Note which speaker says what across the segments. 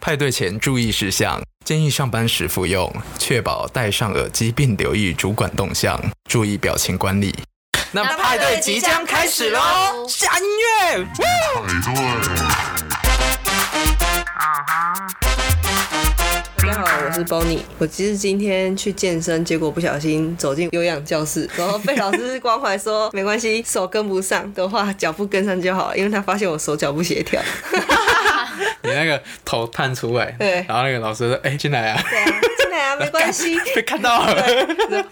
Speaker 1: 派对前注意事项：建议上班时服用，确保戴上耳机并留意主管动向，注意表情管理。那派对即将开始喽！下音乐。
Speaker 2: 大家好，我是 Bonnie。我其实今天去健身，结果不小心走进有氧教室， 然后被老师关怀说没关系，手跟不上的话，脚步跟上就好了，因为他发现我手脚不 协调。
Speaker 3: 你那个头探出来，
Speaker 2: 对
Speaker 3: 然后那个老师说：“哎、进来啊
Speaker 2: 对啊，进来 啊，没关系。！”
Speaker 3: 被看到了，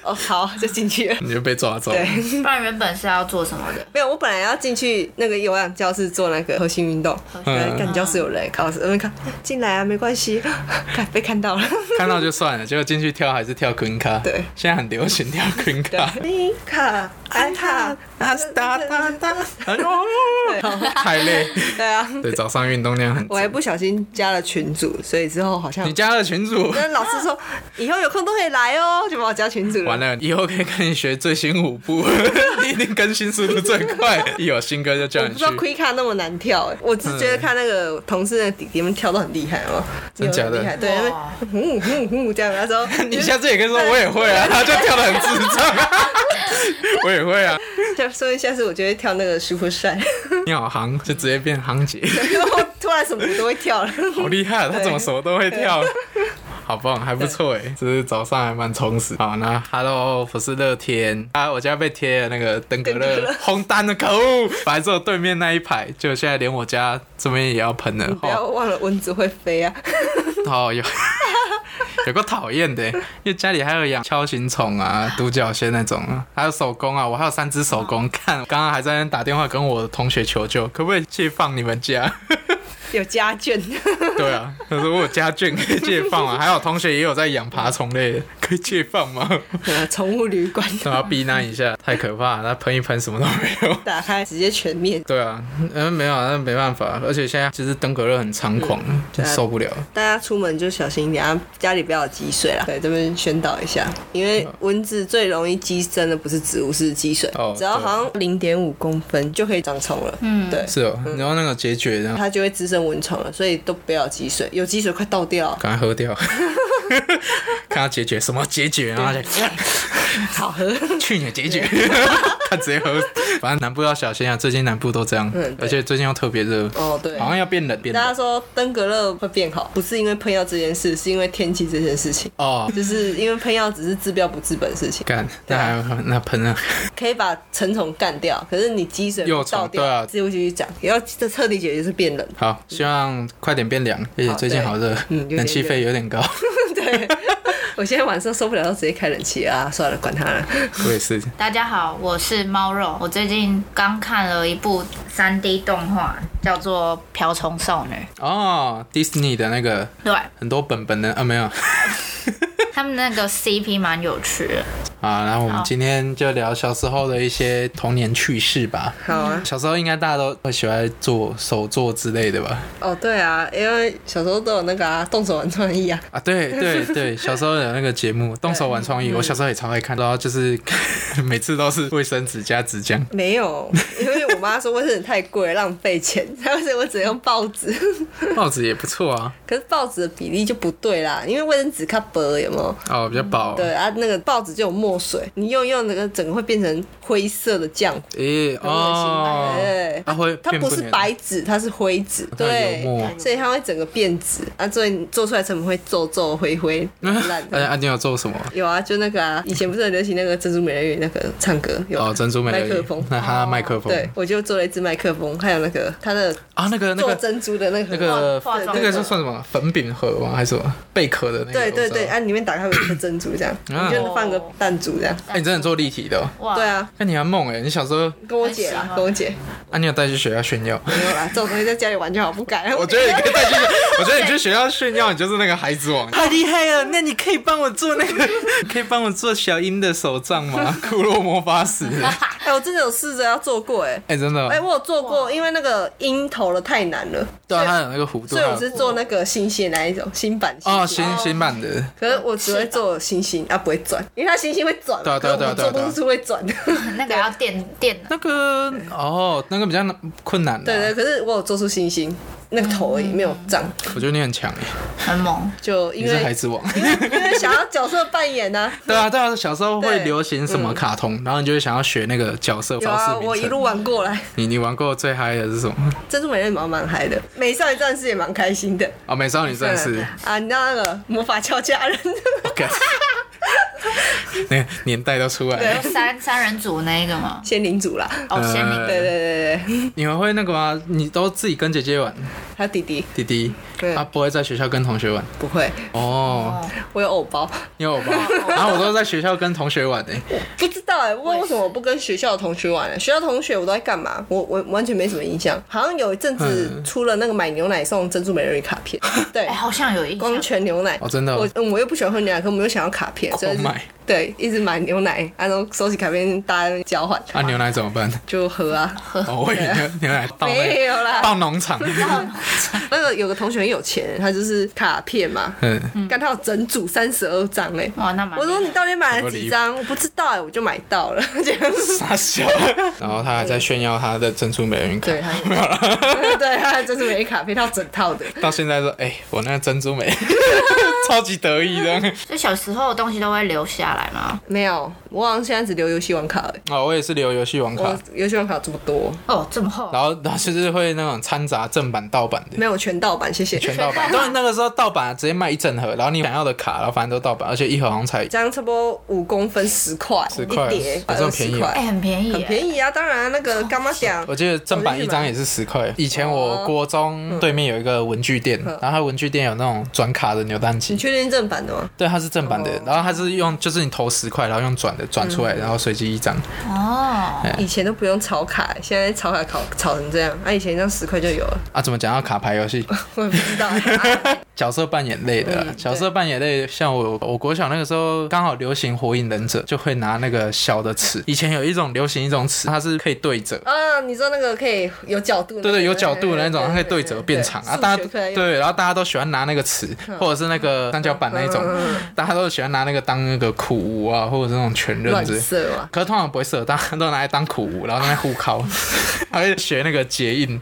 Speaker 2: 哦，好，就进 去了。
Speaker 3: 你就被抓走。
Speaker 2: 对，
Speaker 4: 不然原本是要做什么的？
Speaker 2: 没有，我本来要进去那个有氧教室做那个核心运动，呃
Speaker 3: 嗯
Speaker 2: 干教室有人，老师嗯看进来啊，没关系， 看被看 到了。
Speaker 3: 看到就算了，结果进去跳还是跳 Queen 卡。
Speaker 2: 对，
Speaker 3: 现在很流行跳 Queen
Speaker 2: 对
Speaker 3: 卡。，
Speaker 2: 你卡哎安卡，
Speaker 3: 哒哎啊哒哒哒，哎呦太累。
Speaker 2: 对啊，
Speaker 3: 对，早上运动量很
Speaker 2: 我还
Speaker 3: 足。
Speaker 2: 不小心加了群组，所以之后好像
Speaker 3: 你加了群主，
Speaker 2: 跟老师说，以后有空都可以来哦，就把我加群组
Speaker 3: 完
Speaker 2: 了。
Speaker 3: 了，以后可以跟你学最新舞步， 你一定更新速度最 快。一有新歌就叫
Speaker 2: 我
Speaker 3: 你
Speaker 2: 不
Speaker 3: 去嗯
Speaker 2: 知道。quick 卡那么难跳、欸，我只觉得看那个同事的弟弟们跳都很厉害哦，
Speaker 3: 真假的
Speaker 2: 有很厉害，对，他们
Speaker 4: 哇
Speaker 2: 呼呼呼这样，那 时候
Speaker 3: 你下次也可以说我也会啊，他就跳的很智障。 我也会啊，
Speaker 2: 就所以下次我就会跳那个 super 帅，
Speaker 3: 你好行，就直接变行姐。
Speaker 2: 因为我突然什么都会跳了。
Speaker 3: 好厉害啊，他怎么什么都会跳？好棒，还不错哎，只是早上还蛮充实。好，那 Hello，我是乐天啊，我家被贴了那个登革
Speaker 2: 登革
Speaker 3: 热红单的，可恶！本来只有对面那一排，就现在连我家这边也要喷了。
Speaker 2: 不要
Speaker 3: 哦
Speaker 2: 忘了蚊子会飞啊！
Speaker 3: 哦，有有个讨厌的欸，因为家里还有养锹形虫啊、独角仙那种啊，还有手工啊，我还有三只手工。看，刚刚还在那边打电话跟我同学求救，可不可以去放你们家？
Speaker 2: 有家眷，
Speaker 3: 对啊，他说我有家眷可以借放啊，还有同学也有在养爬虫类的，可以借放吗？
Speaker 2: 呃宠物旅馆
Speaker 3: 然后避难一下，太可怕了，那喷一喷什么都没有。
Speaker 2: 打开直接全面，
Speaker 3: 对啊，嗯，没有啊，那没办法，而且现在其实登革热很猖狂，就受不了。
Speaker 2: 大家出门就小心一点，啊，家里不要有积水啦。对，这边宣导一下，因为蚊子最容易滋生的不是植物，是积水。
Speaker 3: 哦
Speaker 2: 只要好像零点五公分就可以长虫了。嗯，对，
Speaker 3: 是哦，然后那个解决，然后
Speaker 2: 它就会滋生蚊虫了，所以都不要有积水，有积水快倒掉。啊
Speaker 3: 赶快喝掉。 看他解决什么解决，然后就
Speaker 2: 好喝，
Speaker 3: 去你的解决，他直接喝。反正南部要小心啊，最近南部都这样
Speaker 2: 嗯，对
Speaker 3: 而且最近又特别热，
Speaker 2: 哦对
Speaker 3: 好像要变冷变
Speaker 2: 大家
Speaker 3: 冷。
Speaker 2: 说登革热会变好，不是因为喷药这件事，是因为天气这件事情。
Speaker 3: 哦，
Speaker 2: 就是因为喷药只是治标不治本的事情，
Speaker 3: 干，那还那喷啊。
Speaker 2: 可以把成虫干掉，可是你积水
Speaker 3: 幼
Speaker 2: 不
Speaker 3: 虫
Speaker 2: 倒掉，
Speaker 3: 对啊
Speaker 2: 植物继续长，也要这彻底解决是变冷。
Speaker 3: 好，希望快点变凉，而且最近好热，
Speaker 2: 嗯有点
Speaker 3: 冷气费有点高。
Speaker 2: 对，我现在晚上受不了，要直接开冷气啊！算了，管他了。
Speaker 3: 我也是，
Speaker 4: 大家好，我是猫肉。我最近刚看了一部3 D 动画，叫做《瓢虫少女》。
Speaker 3: 哦，Disney 的那个
Speaker 4: 对，
Speaker 3: 很多本本的啊，没有
Speaker 4: 他们那个 CP 蛮有趣的。
Speaker 3: 啊。然后我们
Speaker 4: 好
Speaker 3: 今天就聊小时候的一些童年趣事吧。
Speaker 2: 好啊，
Speaker 3: 小时候应该大家都会喜欢做手作之类的吧？
Speaker 2: 哦对啊，因为小时候都有那个啊，动手玩创意啊，
Speaker 3: 啊，对 对对，小时候有那个节目《动手玩创意》，
Speaker 2: 嗯
Speaker 3: 我小时候也超爱看，然后就是 每次都是卫生纸加纸 浆。
Speaker 2: 没有，因为我妈说卫生纸太贵，浪费钱， 所以我只能用报纸。
Speaker 3: 报纸也不错啊，
Speaker 2: 可是报纸的比例就不对啦，因为卫生纸它薄，有没有？
Speaker 3: 哦，比较薄。
Speaker 2: 对啊，那个报纸就有墨水，你用一用那个整个会变成灰色的浆。
Speaker 3: 诶、哦，
Speaker 2: 对，
Speaker 3: 它会
Speaker 2: 它
Speaker 3: 变
Speaker 2: 哎不
Speaker 3: 不
Speaker 2: 是
Speaker 3: 粘
Speaker 2: 白纸，它是灰纸，
Speaker 3: 它有
Speaker 2: 对
Speaker 3: 墨，
Speaker 2: 所以它会整个变质啊，所以做出来成品会皱皱灰灰烂
Speaker 3: 哎
Speaker 2: 的。
Speaker 3: 啊，你有做什么？
Speaker 2: 有啊，就那个啊，以前不是很流行那个珍珠美人鱼那个唱歌有啊
Speaker 3: 哦，珍珠美人鱼
Speaker 2: 麦克风，
Speaker 3: 那他的麦克风，
Speaker 2: 对，我就做了一支麦克风，还有那个它的
Speaker 3: 啊，那个那
Speaker 2: 做
Speaker 3: 个
Speaker 2: 珍珠的那
Speaker 3: 那
Speaker 2: 个
Speaker 3: 个
Speaker 4: 化化妆
Speaker 3: 那个是算什么粉饼盒吗？还是什么贝壳的那个？
Speaker 2: 对对对，
Speaker 3: 我知道
Speaker 2: 啊，里面打开有一个珍珠这样，
Speaker 3: 啊
Speaker 2: 你就放个弹珠这样。
Speaker 3: 哎，你真的做立体的哦？
Speaker 4: 哇
Speaker 2: 对，啊，
Speaker 3: 那你还梦哎，你小时候
Speaker 2: 跟我
Speaker 4: 很
Speaker 2: 姐
Speaker 4: 喜
Speaker 2: 啦，
Speaker 4: 欢
Speaker 2: 跟我姐
Speaker 3: 啊，你有带去学校炫耀？
Speaker 2: 没有啦，这种东西在家里玩就好，不敢。
Speaker 3: 我觉得你可以带去，我觉得你去学校炫耀，你就是那个孩子王，太厉害了！那你可以帮我做那个， 可以帮我做小樱的手杖吗？ 骷髅魔法 使，
Speaker 2: 哎，我真的有试着要做过哎。
Speaker 3: 哎，真的
Speaker 2: 哎、，我有做过，因为那个鹰头的太难了，
Speaker 3: 对啊，它有那个弧度
Speaker 2: 所以，我是做那个星星那一种新版星
Speaker 3: 哦，
Speaker 2: 星
Speaker 3: 新新版的，
Speaker 2: 可是我只会做星星啊，不会转，因为它星星会转嘛，
Speaker 3: 对啊对啊
Speaker 2: 可是我
Speaker 3: 对啊对啊
Speaker 2: 做不出会转的。
Speaker 4: 那个要电电的。
Speaker 3: 那个哦，那个比较困难的啊，
Speaker 2: 对对，可是我有做出星星，那个头而已，没有脏。
Speaker 3: 我觉得你很强耶，欸
Speaker 4: 很猛。
Speaker 2: 就
Speaker 3: 你
Speaker 2: 因
Speaker 3: 是孩
Speaker 2: 为
Speaker 3: 子王。
Speaker 2: 因为想要角色扮演呐、
Speaker 3: 对啊，对嗯啊，小时候会
Speaker 2: 对
Speaker 3: 流行什么卡通，然后你就会想要学那个角色
Speaker 2: 有
Speaker 3: 招式
Speaker 2: 啊，
Speaker 3: 名称。
Speaker 2: 我一路玩过来，
Speaker 3: 你你玩过最嗨的是什么？
Speaker 2: 珍珠美人毛蛮嗨的，美少女战士也蛮开 心的。
Speaker 3: 啊，美少女战 士。
Speaker 2: 啊，你知道那个魔法俏佳人，
Speaker 3: 干 那个年代都出来了。
Speaker 2: 对
Speaker 4: 三三人组那一个吗？
Speaker 2: 仙灵组啦。
Speaker 4: 哦，仙
Speaker 3: 呃
Speaker 4: 女。
Speaker 2: 对对对对对，
Speaker 3: 你们会那个吗？你都自己跟姐姐玩，
Speaker 2: 还有弟弟
Speaker 3: 弟弟，
Speaker 2: 对
Speaker 3: 啊，不会在学校跟同学玩。
Speaker 2: 不会，
Speaker 3: 哦，
Speaker 4: 哦，
Speaker 2: 我有偶包，
Speaker 3: 因为我吧，
Speaker 2: 哦
Speaker 3: 然后我都在学校跟同学玩诶、
Speaker 2: 不知道哎、欸，为为什么我不跟学校的同学玩欸呢、学校同学我都在干嘛？我我完全没什么印象，好像有一阵子
Speaker 3: 嗯
Speaker 2: 出了那个买牛奶送珍珠美人鱼卡片，对
Speaker 4: 哎，，好像有印
Speaker 2: 光
Speaker 4: 象。
Speaker 2: 泉牛奶
Speaker 3: 哦真的哦
Speaker 2: 我嗯我又不喜欢喝牛奶，可我们又想要卡片，所以就是
Speaker 3: 狂买
Speaker 2: 对，一直买牛奶，然后收集卡片，大家在那边交换
Speaker 3: 啊，牛奶怎么办？
Speaker 2: 就喝啊，
Speaker 3: 哦，我以为牛奶到那
Speaker 2: 没
Speaker 3: 个
Speaker 2: 有啦。
Speaker 3: 到农场，
Speaker 2: 那个有个同学很有钱，他就是卡片嘛，
Speaker 3: 嗯，
Speaker 2: 但他有整组三十二张哎。
Speaker 4: 哇，哦那蛮
Speaker 2: 我说你到底买了几张？我不知道哎、我就买到了， 这样子。
Speaker 3: 傻笑。然后他还在炫耀他的珍珠美 人鱼卡，
Speaker 2: 对， 他对他就是没卡片，他有整套的。
Speaker 3: 到现在说，哎、我那个珍珠 美，超级得意的。
Speaker 4: 所以小时候的东西都会留下来嘛。
Speaker 2: 没有，我好像现在只留游戏王卡而已。
Speaker 3: 啊，我也是留游戏王卡
Speaker 2: 我，游戏王卡这么多，
Speaker 4: 哦，这么厚
Speaker 3: 然。后然后就是会那种掺杂正版盗版的。
Speaker 2: 没有全盗版，谢谢。
Speaker 3: 全盗版，当然那个时候盗版直接卖一整盒，然后你想要的卡，然后反正都盗版，而且一盒好像才
Speaker 2: 这样差不多五公分十块，
Speaker 3: 10块
Speaker 2: 一叠
Speaker 3: 有这么便宜
Speaker 2: 20
Speaker 3: 吗
Speaker 4: 哎，
Speaker 2: 块，
Speaker 4: 很便宜耶，
Speaker 2: 很便宜啊！当然那个干妈啊奖
Speaker 3: 我记得正版一张也是十块。以前我国中对面有一个文具店，然后它文具店有那种转卡的扭蛋
Speaker 2: 你
Speaker 3: 机，
Speaker 2: 确定正版的吗？
Speaker 3: 对，它是正版的。然后它是用，就是你投十块，然后用转的转出来，然后随机一张。
Speaker 4: 哦。
Speaker 3: 哎
Speaker 2: 以前都不用炒卡，现在炒卡炒炒成这样，啊，以前一张十块就有了，
Speaker 3: 啊，怎么讲到卡牌游戏？
Speaker 2: 我也 不知道、啊
Speaker 3: 角色扮演类的啦，啊
Speaker 2: 嗯
Speaker 3: 角色扮演类，像我我国小那个时候刚好流行火影忍者，就会拿那个小的尺。以前有一种流行一种尺，它是可以对折。
Speaker 2: 啊，你说那个可以有角度那个，
Speaker 3: 对对，有角度的那种，它可以对折变长啊！大家
Speaker 2: 对
Speaker 3: 对，然后大家都喜欢拿那个尺，或者是那个三角板那一种，
Speaker 2: 嗯
Speaker 3: 大家都喜欢拿那个当那个苦无啊，或者是那种拳
Speaker 2: 乱啊
Speaker 3: 刃之类。
Speaker 2: 射嘛，
Speaker 3: 可是通常不会射，大家都拿来当苦无，然后在那边互 敲，还会学那个结印，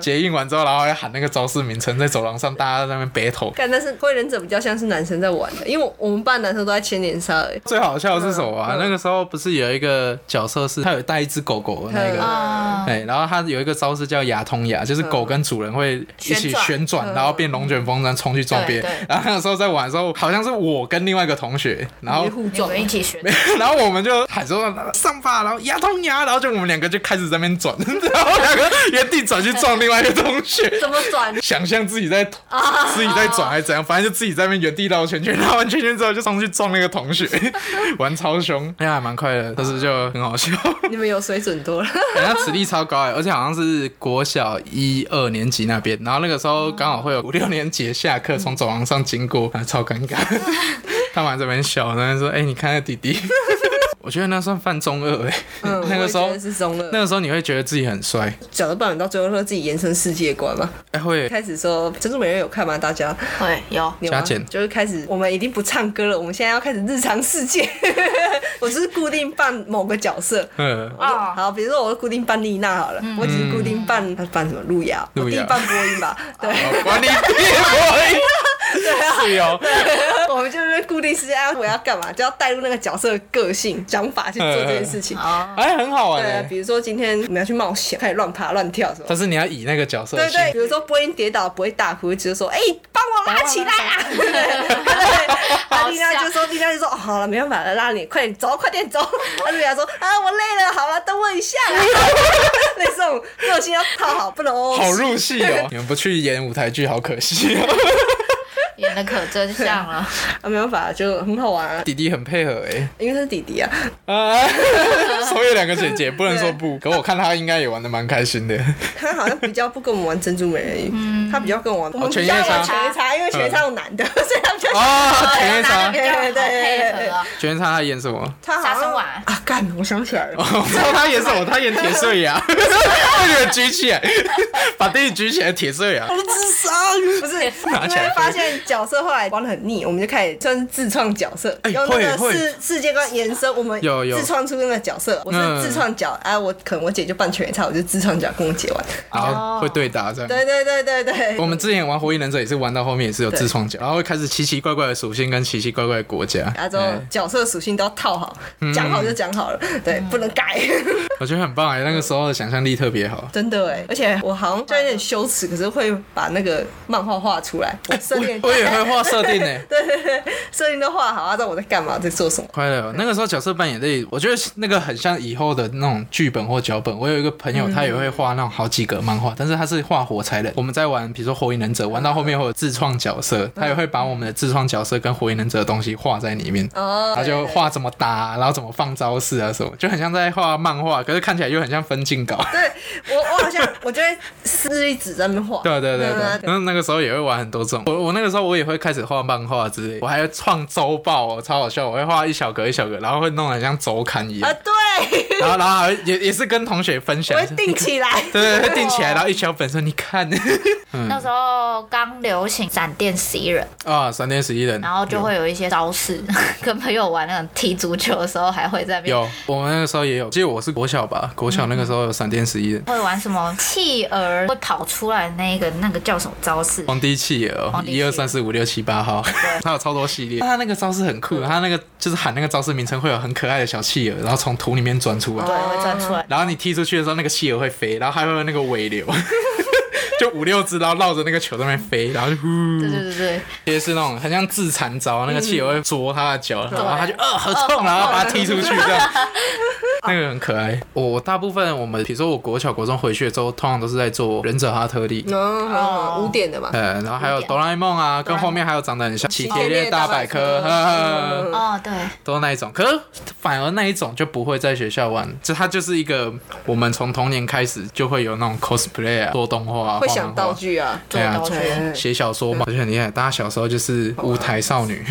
Speaker 3: 结印完之后，然后还喊那个招式名称，在走廊上大家在那边 battle。
Speaker 2: 干，但是火影忍者比较像是男生在玩的，因为我我们班男生都在千年杀而已。
Speaker 3: 最好笑的是什么啊？那个时候不是有一个角色是他有带一只狗狗的
Speaker 2: 呃
Speaker 3: 那个。
Speaker 4: 哦，
Speaker 3: 哎，然后他有一个招式叫牙通牙，就是狗跟主人会一起
Speaker 4: 嗯旋转嗯
Speaker 3: 旋转，然后变龙卷风，然后冲去撞别
Speaker 4: 对
Speaker 3: 人
Speaker 4: 对。
Speaker 3: 然后那个时候在玩的时候，好像是我跟另外一个同学，然后
Speaker 2: 你互
Speaker 4: 你
Speaker 2: 撞，
Speaker 4: 们一起学，
Speaker 3: 然后我们就喊说上吧，然后牙痛牙，然后就我们两个就开始在那边转， 然后两个原地转去撞另外一个同学，
Speaker 2: 怎么 转？
Speaker 3: 想象自己在
Speaker 4: 啊
Speaker 3: 自己在转还是怎样，反正就自己在那边原地绕圈圈，绕完圈圈之后就上去撞那个同学， 玩超凶，那还蛮快乐，但是就很好笑。
Speaker 2: 你们有水准多了。
Speaker 3: 人家实力超高哎，而且好像是国小一二年级那边，然后那个时候刚好会有五六年级的下课从走廊上经过，啊，超尴尬。 他们还在那边笑，然后说：“哎、你看那弟弟。” 我觉得那算犯中二哎、
Speaker 2: 嗯，
Speaker 3: 那个时候
Speaker 2: 我也觉得是中
Speaker 3: 那
Speaker 2: 了。
Speaker 3: 个时候你会觉得自己很帅，
Speaker 2: 角色扮演到最后说自己延伸世界观嘛，
Speaker 3: 哎、会
Speaker 2: 开始说珍珠美人有看吗？大家
Speaker 4: 会有
Speaker 2: 有吗
Speaker 3: 加减
Speaker 2: 就是开始，我们已经不唱歌了，我们现在要开始日常世 界。我就是固定扮某个角色，
Speaker 3: 嗯，
Speaker 4: 哦
Speaker 2: 好，比如说我固定扮丽娜好了，我只是固定扮扮什么路亚，我
Speaker 3: 路
Speaker 2: 弟
Speaker 3: 亚
Speaker 2: 扮播音 吧，对，
Speaker 3: 好哦管你屁我。
Speaker 2: 啊
Speaker 3: 是哦，
Speaker 2: 我们就是固定时间，哎我要干嘛，就要带入那个角色的个性、想法去做这件事情。
Speaker 4: 哦，
Speaker 3: 哎、很好玩
Speaker 2: 对啊
Speaker 3: 哎，、
Speaker 2: 比如说今天我们要去冒险，开始乱爬乱跳什么。
Speaker 3: 但是你要以那个角色的
Speaker 2: 对
Speaker 3: 性
Speaker 2: 对，比如说波音跌倒不会大哭，只是说哎，帮我拉起来啊！对，阿丽娜就说，丽娜就说，哦，好了，没办法了，拉你，快点走， 快点走。阿丽娜说，啊，我累了，好了，等我一下 啦。类似这种个性要套好，不能哦。
Speaker 3: 好入戏哦。你们不去演舞台剧，好可惜哦。
Speaker 4: 演的可真像了。
Speaker 2: 啊，没办法，就很好玩啊，
Speaker 3: 弟弟很配合哎，
Speaker 2: 因为他是弟弟啊。
Speaker 3: 啊，所以两个姐姐不能说不，可我看她应该也玩的蛮开心的。
Speaker 2: 他好像比较不跟我们玩珍珠美人鱼，他比较跟我玩。我们
Speaker 3: 哦全
Speaker 2: 比较
Speaker 3: 夜叉
Speaker 2: 玩全夜叉，因为全全场有男的，所以他们就
Speaker 3: 哦，田
Speaker 4: 对
Speaker 3: 园
Speaker 4: 拿的
Speaker 3: 长
Speaker 4: 比，较好配合啊。
Speaker 3: 田园长他演什 么？
Speaker 2: 他
Speaker 4: 杀
Speaker 2: 好
Speaker 4: 生
Speaker 2: 像
Speaker 4: 丸
Speaker 2: 啊，干，我想起来了，
Speaker 3: 我知道他演什么，他演铁碎 牙，为什么举起来？把弟弟举起来，铁碎牙。
Speaker 2: 智商不是，
Speaker 3: 拿
Speaker 2: 因
Speaker 3: 起来
Speaker 2: 为发现角色后来玩的很腻，我们就开始算是自创角色，
Speaker 3: 哎
Speaker 2: 用那
Speaker 3: 会
Speaker 2: 个
Speaker 3: 会
Speaker 2: 世世界观延伸，我们
Speaker 3: 有有
Speaker 2: 自创出那个角色，我
Speaker 3: 嗯
Speaker 2: 是自创角，哎，我可能我姐就扮全员菜，我就自创角跟我姐玩，
Speaker 3: 然后会对打这样。
Speaker 2: 对对对对对，
Speaker 3: 嗯我们之前玩《火影忍者》也是玩到后面也是有自创角，然后会开始奇奇怪怪的属性跟奇奇怪怪的国家。
Speaker 2: 啊然后之后
Speaker 3: 哎嗯
Speaker 2: 角色属性都要套好，讲好就讲好了，对，不能改，
Speaker 3: 我觉得很棒哎，那个时候的想象力特别好。
Speaker 2: 真的哎，而且我好像就有点羞耻，可是会把那个漫画画出来，我设定
Speaker 3: 我也会画设定呢，
Speaker 2: 设定都画好，啊，知道我在干嘛，在做什么。
Speaker 3: 快乐哦。那个时候角色扮演类，我觉得那个很像以后的那种剧本或脚本。我有一个朋友，他也会画那种好几个漫画，但是他是画火柴人。我们在玩，比如说《火影忍者》，玩到后面会有自创角色，他也会把我们的自创角色跟《火影忍者》的东西画在里面。
Speaker 2: 哦，
Speaker 3: 他就
Speaker 2: 对
Speaker 3: 画怎么打，然后怎么放招式啊什么，就很像在画漫画，可是看起来又很像分镜稿。
Speaker 2: 对我，我好像我就会撕一纸在那边画。
Speaker 3: 对啊对对对，
Speaker 2: 对
Speaker 3: 然后那个时候也会玩很多这种。我我那个时候我也会开始画漫画之类，我还要创周报哦，超好笑！我会画一小格一小格，然后会弄得很像周刊一样
Speaker 2: 啊，，对，
Speaker 3: 然后然后还会也也是跟同学分享
Speaker 2: 我，会定起来。
Speaker 3: 对 对，对会定起来，然后一小本说你看
Speaker 4: 那时候刚流行闪电十一人，
Speaker 3: 啊，闪电十一人
Speaker 4: 然后就会有一些招式， 跟朋友玩那种踢足球的时候还会在那边
Speaker 3: 有，我们那个时候也有，记得我是国小吧，国小那个时候有闪电十一人，
Speaker 4: 会玩什么企鹅会跑出来那个那个叫什么招式？
Speaker 3: 皇帝企鹅
Speaker 4: 皇，帝
Speaker 3: 一
Speaker 4: 企鹅
Speaker 3: 二三四五六七八号，它有超多系列。它那个招式很酷，它那个就是喊那个招式名称会有很可爱的小企鹅，然后从土里面钻出来
Speaker 4: 对，，会钻出来。
Speaker 3: 然后你踢出去的时候，那个企鹅会飞，然后还会有那个尾 流。 就五六只，然后绕着那个球在那边飞，然后就呼，
Speaker 4: 对
Speaker 2: 嗯
Speaker 4: 对对对，
Speaker 3: 也是那种很像自残招，那个企鹅会啄它的脚，
Speaker 2: 嗯
Speaker 3: 然后它就呃好
Speaker 4: 好
Speaker 3: 痛，
Speaker 2: 哦
Speaker 4: 痛
Speaker 3: 然后把它踢出去这 样，那个很可爱。我我大部分我们比如说我国小国中回去的时候，通常都是在做忍者哈特利，
Speaker 2: 嗯，五点的嘛。
Speaker 3: 呃，然后还有
Speaker 4: 经典
Speaker 3: 哆啦 A 梦啊，跟后面还有长得很像《
Speaker 2: 奇
Speaker 3: 奇
Speaker 2: 天
Speaker 3: 天
Speaker 2: 烈
Speaker 3: 烈大
Speaker 2: 大百
Speaker 3: 百科
Speaker 2: 科》
Speaker 3: 呵呵呵，
Speaker 2: 嗯
Speaker 4: 哦对，
Speaker 3: 都那一种。可是反而那一种就不会在学校玩，就它就是一个我们从童年开始就会有那种 cosplay 啊，做动画、啊，画
Speaker 2: 会想
Speaker 3: 漫画
Speaker 2: 道。具啊，
Speaker 4: 做
Speaker 3: 对啊
Speaker 4: 道具。
Speaker 2: 对
Speaker 3: 写小说嘛，我觉得很厉害。大家小时候就是舞台少 女，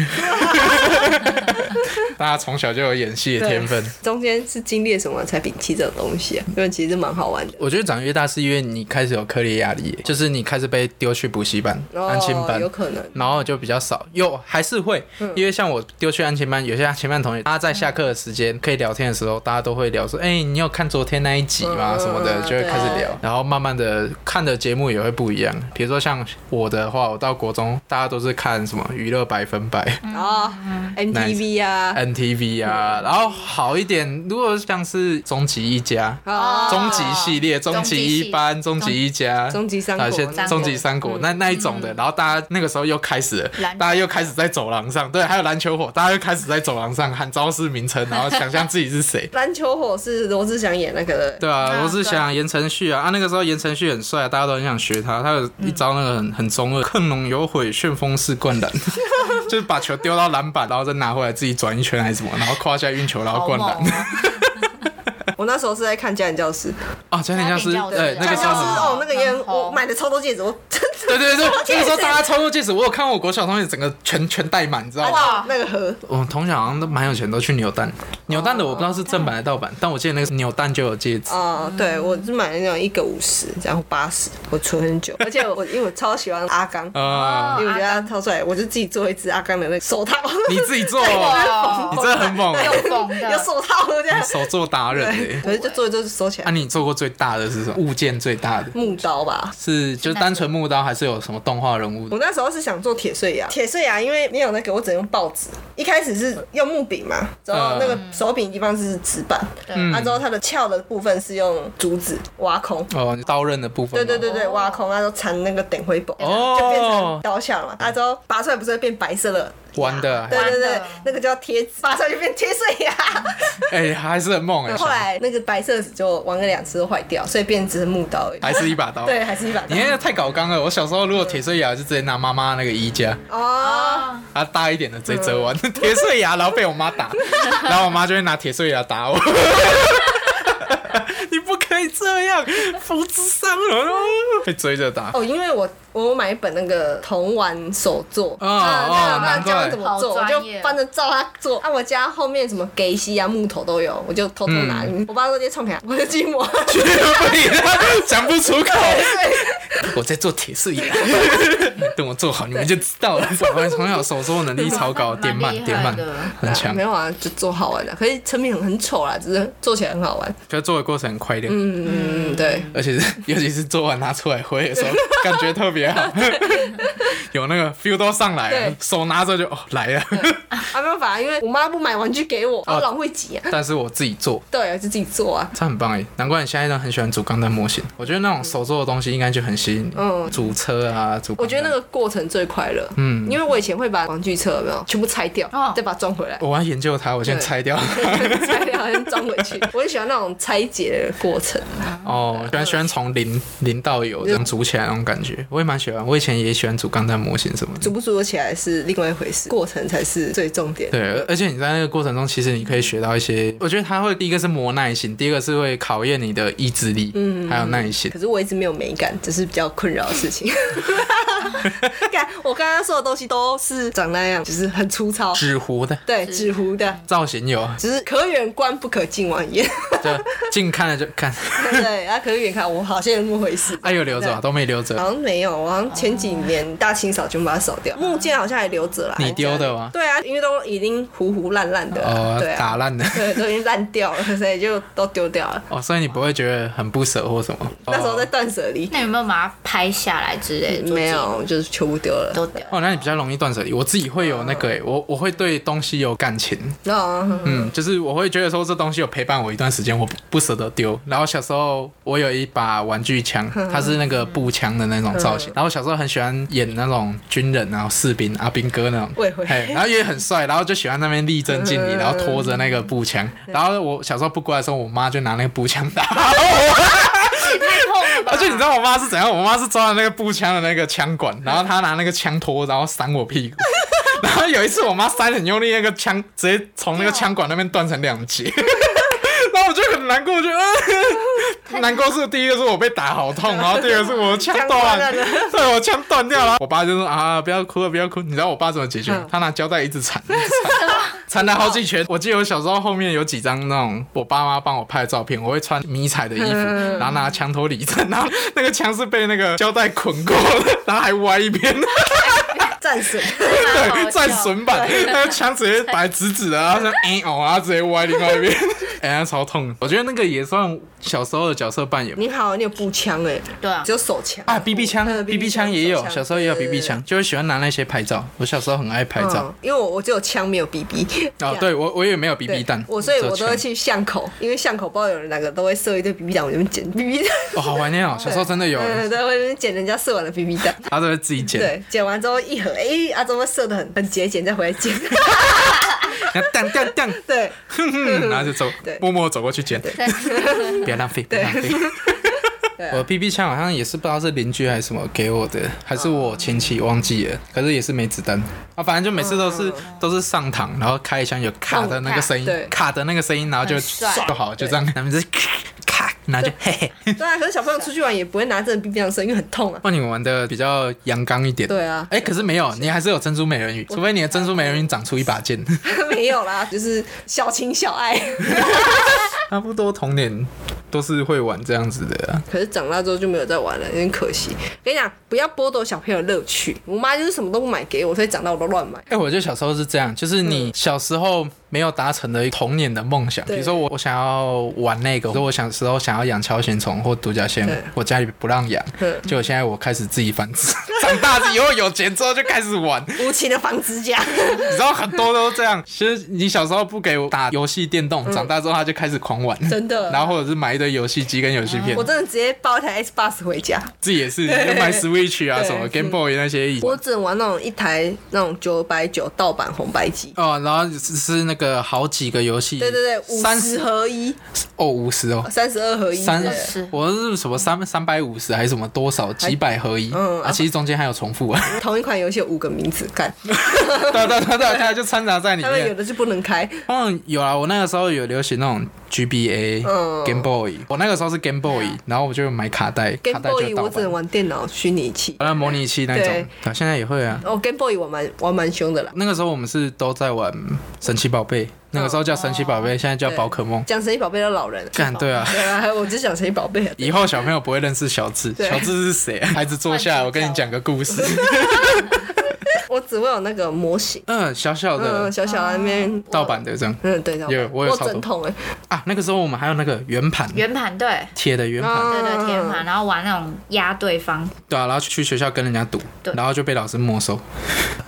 Speaker 3: 大家从小就有演戏的天分。嗯
Speaker 2: 中间是经历了什么才摒弃这种东西啊？因为其实蛮好玩的。
Speaker 3: 我觉得长越大是因为你开始有课业压力，就是你开始被丢去补习班、
Speaker 2: 哦
Speaker 3: 安亲班
Speaker 2: 有，可能嗯
Speaker 3: 然后就比较少，有还是会，因为像我丢去安亲班，有些安亲班同学，他在下课的时间可以聊天的时候，大家都会聊说，哎、你有看昨天那一集吗？
Speaker 2: 嗯
Speaker 3: 什么的，就会
Speaker 2: 对
Speaker 3: 开始聊，然后慢慢的看的节目也会不一样，比如说像我的话，我到国中大家都是看什么娱乐百分百。
Speaker 2: 哦，MTV 啊，
Speaker 3: NTV 啊，然后好一点，如果像是终极一家、
Speaker 2: 哦
Speaker 3: 终极系列、终极一班、终
Speaker 4: 终极
Speaker 3: 极一家、
Speaker 2: 终极三国
Speaker 3: 啊先
Speaker 2: 三。
Speaker 4: 国
Speaker 3: 终极三国那那一种的，然后大家那个时候又开始了，
Speaker 4: 篮球
Speaker 3: 大家又开始在走廊上，对，还有篮球火，大家又开始在走廊上喊招式名称，然后想象自己是谁
Speaker 2: 篮球火是罗志祥演那个的，
Speaker 3: 对 啊，
Speaker 4: 啊
Speaker 3: 罗志祥、言承旭啊，啊，那个时候言承旭很帅啊，大家都很想学他。他有
Speaker 4: 嗯
Speaker 3: 一招那个很很中二，亢龙有悔，旋风式灌 篮，就是把球丢到篮板，然后再拿回来自己转一圈还是什么，然后胯下运球，然后
Speaker 4: 好
Speaker 3: 灌
Speaker 4: 猛
Speaker 3: 篮
Speaker 4: 哦。！
Speaker 2: 我那时候是在看《家庭教师》，
Speaker 3: 啊，家庭教师，
Speaker 4: 家庭教师
Speaker 3: 对，
Speaker 4: 家
Speaker 3: 那
Speaker 2: 家
Speaker 3: 个
Speaker 2: 庭
Speaker 3: 时
Speaker 2: 教
Speaker 3: 候
Speaker 2: 师
Speaker 3: 很，
Speaker 2: 哦，那个也很
Speaker 4: 很红
Speaker 2: 我买的超多戒指，我真
Speaker 3: 对对对， 那
Speaker 2: 戒
Speaker 3: 个时候
Speaker 2: 指
Speaker 3: 大家操作戒指，我有看我国小同学整个全全戴满，你知道吗？
Speaker 4: 哇
Speaker 2: 那个盒
Speaker 3: 我们同学好像都蛮有钱，都去扭蛋。扭
Speaker 4: 哦
Speaker 3: 蛋的我不知道是正版还是盗版，但我记得那个扭蛋就有戒指。
Speaker 2: 哦，对，我是买那种一个五十，然后八十，我存很久，而且我因为我超喜欢阿刚，因
Speaker 4: 哦
Speaker 3: 啊，
Speaker 2: 为我觉得他超帅，我就自己做一只阿刚的那个手套，
Speaker 3: 你自己 做，
Speaker 4: 哇
Speaker 3: 你真的很猛，欸
Speaker 4: 又疯
Speaker 2: 有
Speaker 4: 的，
Speaker 2: 手套这样，
Speaker 3: 手作达人
Speaker 2: 对，
Speaker 3: 欸
Speaker 2: 可是就做一做就收起
Speaker 3: 啊，
Speaker 2: 来，
Speaker 3: 你做过最大的是什么？物件最大的
Speaker 2: 木刀吧。
Speaker 3: 是就是单纯木刀，还是有什么动画人物
Speaker 2: 我？那时候是想做铁碎牙，铁碎牙因为没有那个，我只能用报纸。一开始是用木柄嘛，然
Speaker 3: 嗯
Speaker 2: 后那个手柄地方是纸板，
Speaker 4: 对
Speaker 2: 嗯、啊之后它的鞘的部分是用竹子挖空，
Speaker 3: 哦，刀刃的部分
Speaker 2: 对
Speaker 3: 吗。
Speaker 2: 嗯对对对，
Speaker 4: 哦
Speaker 2: 挖空，然后缠那个等灰宝，
Speaker 3: 哦
Speaker 2: 就变成刀下嘛。啊之后拔出来不是会变白色的？
Speaker 3: 玩的啊
Speaker 2: 对对
Speaker 4: 完
Speaker 2: 对
Speaker 4: 了，
Speaker 2: 那个叫贴纸，拔出来就变贴碎 牙。
Speaker 3: 哎，还是很猛哎。
Speaker 2: 后来那个白色纸就玩个两次都坏掉，所以变成只是木刀而已。
Speaker 3: 还是一把刀。
Speaker 2: 对，还是一把刀
Speaker 3: 你。那个太搞纲了。我小时候如果铁碎牙，就直接拿妈妈那个衣架，
Speaker 2: 哦，
Speaker 3: 啊大一点的直接折完
Speaker 2: 嗯
Speaker 3: 铁碎牙，然后被 我妈打，然后我妈就会拿铁碎牙打我。你不可可以这样？福之伤人哦，会追着打。
Speaker 2: 哦，因为我我买一本那个童玩手作，
Speaker 3: 哦
Speaker 2: 啊
Speaker 3: 哦
Speaker 2: 那那
Speaker 3: 难
Speaker 2: 教
Speaker 3: 怪
Speaker 2: 你怎么
Speaker 4: 好
Speaker 2: 做，我
Speaker 4: 专
Speaker 2: 就
Speaker 4: 业
Speaker 2: 翻着照他做。啊，我家后面什么给西啊、木头都有，我就偷偷拿。
Speaker 3: 嗯
Speaker 2: 我爸说直接冲起啊来，我就寂 寞。
Speaker 3: 绝不讲不出口。我在做铁 丝眼，等我做好你们就知道了。我从小手作能力超高，点满
Speaker 4: 蛮厉害
Speaker 3: 点满
Speaker 4: 的，
Speaker 3: 很强
Speaker 2: 没。有啊，就做好玩的，可是成品很很丑啦，只是做起来很好玩。
Speaker 3: 可是做的过程很快一点，
Speaker 2: 嗯嗯嗯，对。
Speaker 3: 而且是 尤其是做完拿出来挥的时候，感觉特别 好，有那个 feel 都上来了
Speaker 2: 对，
Speaker 3: 手拿着就哦来了。
Speaker 2: 啊，没办法，因为我妈不买玩具给
Speaker 3: 哦
Speaker 2: 我，我老会挤啊。
Speaker 3: 但是我自己做，
Speaker 2: 对，就自己做啊。
Speaker 3: 这很棒哎，难怪你现在都很喜欢组钢弹模型。我觉得那种手做的东西应该就很吸引你，
Speaker 2: 嗯
Speaker 3: 组车啊，组。
Speaker 2: 我觉得那
Speaker 3: 个。
Speaker 2: 个过程最快乐，
Speaker 3: 嗯
Speaker 2: 因为我以前会把玩具车有没有全部拆掉
Speaker 4: 哦，
Speaker 2: 再把它装回来，
Speaker 3: 我要研究它，我先
Speaker 2: 对
Speaker 3: 拆掉。
Speaker 2: 拆掉再装回 去。我很喜欢那种拆解的过程。
Speaker 3: 哦，喜欢喜欢从零零到有这样组起来那种感觉，我也蛮喜欢。我以前也喜欢组钢弹模型什么的
Speaker 2: 组。不组得起来是另外一回事，过程才是最重点。
Speaker 3: 对，而而且你在那个过程中，其实你可以学到一些，我觉得它会第一个是磨耐心，第二个是会考验你的意志力，嗯，还有耐心。
Speaker 2: 可是我一直没有美感，这是比较困扰的事 情。看我刚刚说的东西都是长那样，就是很粗糙，
Speaker 3: 纸糊的
Speaker 2: 对，纸糊的，
Speaker 3: 造型有，
Speaker 2: 只是可远观不可近玩焉。
Speaker 3: 就近看了就看，
Speaker 2: 对，啊，可远看我好像有那么回事。
Speaker 3: 哎、有留着、啊、都没留着，
Speaker 2: 好像没有，我好像前几年大清扫就把它扫掉，木剑好像还留着啦。
Speaker 3: 嗯你丢的吗？
Speaker 2: 对啊，因为都已经糊糊烂烂的了，
Speaker 3: 哦
Speaker 2: 对，
Speaker 3: 打
Speaker 2: 啊，
Speaker 3: 烂的。
Speaker 2: 对，都已经烂掉了， 所以就都丢掉了。
Speaker 3: 哦，所以你不会觉得很不舍或什么？
Speaker 2: 那 时候在
Speaker 3: 哦
Speaker 2: 断舍离，
Speaker 4: 那有没有把它拍下来之类的？
Speaker 2: 没有，就是全部丢了。
Speaker 4: 做 记录，都掉。
Speaker 3: 哦，那你比较容易断舍离。我自己会有那个、欸，我我会对东西有感情，
Speaker 2: 哦，
Speaker 3: 嗯，就是我会觉得说这东西有陪伴我一段时间，我不不舍得丢。然后小时候我有一把玩具枪，它是那个步枪的那种造型。然后小时候很喜欢演那种军人啊、士兵阿兵哥那种，
Speaker 2: 我也会
Speaker 3: 嘿然后也很帅，然后就喜欢那边立正敬礼，
Speaker 2: 嗯
Speaker 3: 然后拖着那个步枪。然后我小时候不乖的时候，我妈就拿那个步枪打我。
Speaker 4: 太痛了吧？
Speaker 3: 而且你知道我妈是怎样？我妈是抓着那个步枪的那个枪管，然后她拿那个枪托，然后扇我屁股。 然后有一次我妈扇很用力，那个枪直接从那个枪管那边断成两截。然后我就很难过，我就、呃、难过是第一个是我被打好 痛，然后第二个是我的枪断了，对我枪断掉了。我爸就说啊，不要哭了，不要哭。你知道我爸怎么解决？他拿胶带一直缠，一直 缠，缠了好几圈。我记得我小时候后面有几张那种我爸妈帮我拍的照片，我会穿迷彩的衣服，然后拿枪头理正，然后那个枪是被那个胶带捆过的，然后还歪一边。
Speaker 2: 战损。
Speaker 4: 太好笑
Speaker 3: 对，战损版，那个枪直接摆直直的，然 后像哎哦，然后直接歪另外一边， 哎、那超痛的。我觉得那个也算小时候的角色扮演。
Speaker 2: 你好，你有步枪哎，
Speaker 4: 对啊
Speaker 2: 只有手枪
Speaker 3: 啊，BB 枪
Speaker 2: 嗯
Speaker 3: ，BB 枪也有
Speaker 2: 手，枪
Speaker 3: 小时候也有 BB 枪，就会喜欢拿那些拍照。我小时候很爱拍照
Speaker 2: 嗯，因为我我只有枪没有 BB。
Speaker 3: 哦，
Speaker 2: 啊
Speaker 3: 对我我也没有 BB 弹，
Speaker 2: 嗯我所以我
Speaker 3: 只
Speaker 2: 都
Speaker 3: 有
Speaker 2: 会
Speaker 3: 枪
Speaker 2: 去巷口，因为巷口不知道有人哪个都会射一堆 BB 弹，我就边捡 BB 弹。
Speaker 3: 哦，好怀念哦，小时候真的有，
Speaker 2: 对对对，我边捡人家射完的 BB 弹。
Speaker 3: 他都会自己捡，
Speaker 2: 对，剪完之后一盒，哎、阿周会射的很很节俭，再回来剪。
Speaker 3: 然后 当当当，
Speaker 2: 对，
Speaker 3: 哼哼然后就走
Speaker 2: 嗯对，
Speaker 3: 默默走过去捡，不要浪费，不要浪费。
Speaker 2: 啊
Speaker 3: 我的 BB 枪好像也是不知道是邻居还是什么给我的，还是
Speaker 2: 哦
Speaker 3: 我亲戚忘记了，可是也是没子弹啊，反正就每次都是都是上膛，然后开一枪有卡的那个声
Speaker 2: 哦对
Speaker 3: 音，卡的那个声音，然后就
Speaker 4: 很帅
Speaker 3: 就好，就这样，他们就是咔，然后就嘿嘿。
Speaker 2: 对啊，可是小朋友出去玩也不会拿这个 BB 弹射，因为很痛啊。
Speaker 3: 那你玩的比较阳刚一点，
Speaker 2: 对啊
Speaker 3: 哎，可是没有，你还是有珍珠美人鱼，除非你的珍珠美人鱼长出一把剑，
Speaker 2: 没有啦，就是小情小爱。
Speaker 3: 差不多童年都是会玩这样子的啊。
Speaker 2: 可是长大之后就没有再玩了，有点可惜。跟你讲，不要剥夺小朋友乐趣。我妈就是什么都不买给我，所以长大我都乱买。
Speaker 3: 哎、我觉得小时候是这样，就是你小时候没有达成的童年的梦想，比
Speaker 2: 嗯对
Speaker 3: 如说我我想要玩那个，比如说我小时候想要养锹形虫或独角仙
Speaker 2: 对，
Speaker 3: 我家里不让养
Speaker 2: 嗯，
Speaker 3: 结果现在我开始自己繁殖， 长大以后有钱之后就开始玩，
Speaker 2: 无情的纺织家，
Speaker 3: 你知道很多都这样，其实你小时候不给我打游戏电动，长大之后他就开始狂玩。
Speaker 2: 嗯真的。
Speaker 3: 然后或者是买一堆游戏机跟游戏片
Speaker 2: 我，真的直接抱一台 Xbox 回家，
Speaker 3: 自己也是就买 Switch 啊
Speaker 2: 对
Speaker 3: 什么 Game Boy 那些
Speaker 2: 我只能玩那种一台那种九百九盗版红白机。
Speaker 3: 哦，然后是是那个好几个游戏，
Speaker 2: 对对对，五
Speaker 3: 三
Speaker 2: 十
Speaker 3: 十
Speaker 2: 合一，
Speaker 3: 哦五十哦，
Speaker 2: 三十二合一。
Speaker 3: 三
Speaker 2: 对
Speaker 4: 是
Speaker 3: 我是什么三三百五十还是什么多少几百合一？
Speaker 2: 嗯
Speaker 3: 啊，其实中间还有重 复啊。
Speaker 2: 同一款游戏有五个名字， 看
Speaker 3: 对对对对，它就掺杂在里
Speaker 2: 他们有
Speaker 3: 面。
Speaker 2: 的是不能开，
Speaker 3: 嗯，有啊，我那个时候有流行那种 GBA、
Speaker 2: 嗯
Speaker 3: Game Boy，我那个时候是 Game Boy，、然后我就买卡带，卡
Speaker 2: Game
Speaker 3: 带
Speaker 2: Boy
Speaker 3: 就盗
Speaker 2: 我只能
Speaker 3: 版，
Speaker 2: 玩电脑虚拟器。
Speaker 3: 那模拟器那
Speaker 2: 对
Speaker 3: 种，啊，现在也会啊。
Speaker 2: 哦，Game Boy 我蛮玩蛮凶的啦。
Speaker 3: 那个时候我们是都在玩神奇宝贝，那个时候叫神奇宝贝，现在叫
Speaker 2: 对
Speaker 3: 宝可梦。
Speaker 2: 讲神奇宝贝的老人，
Speaker 3: 干对啊，
Speaker 2: 哦对啊，我只讲神奇宝 贝啊。
Speaker 3: 以后小朋友不会认识小智，
Speaker 2: 对
Speaker 3: 小智是谁？啊孩子坐下来，我跟你讲个故 事。
Speaker 2: 我只会有那个模型，
Speaker 3: 嗯，小小的
Speaker 2: 嗯，小小的那边
Speaker 3: 盗版，的这样
Speaker 2: 嗯，对，盗版
Speaker 3: 有我有
Speaker 2: 我
Speaker 3: 超多
Speaker 2: 整桶哎，
Speaker 3: 啊，那个时候我们还有那个圆盘，
Speaker 4: 圆盘对，
Speaker 3: 铁的圆
Speaker 2: 嗯啊
Speaker 3: 盘，
Speaker 4: 对对，天啊
Speaker 2: 嘛，
Speaker 4: 盘，然后玩那种压对 方，
Speaker 3: 对啊，然后去学校跟人家赌，
Speaker 4: 对
Speaker 3: 然后就被老师没收，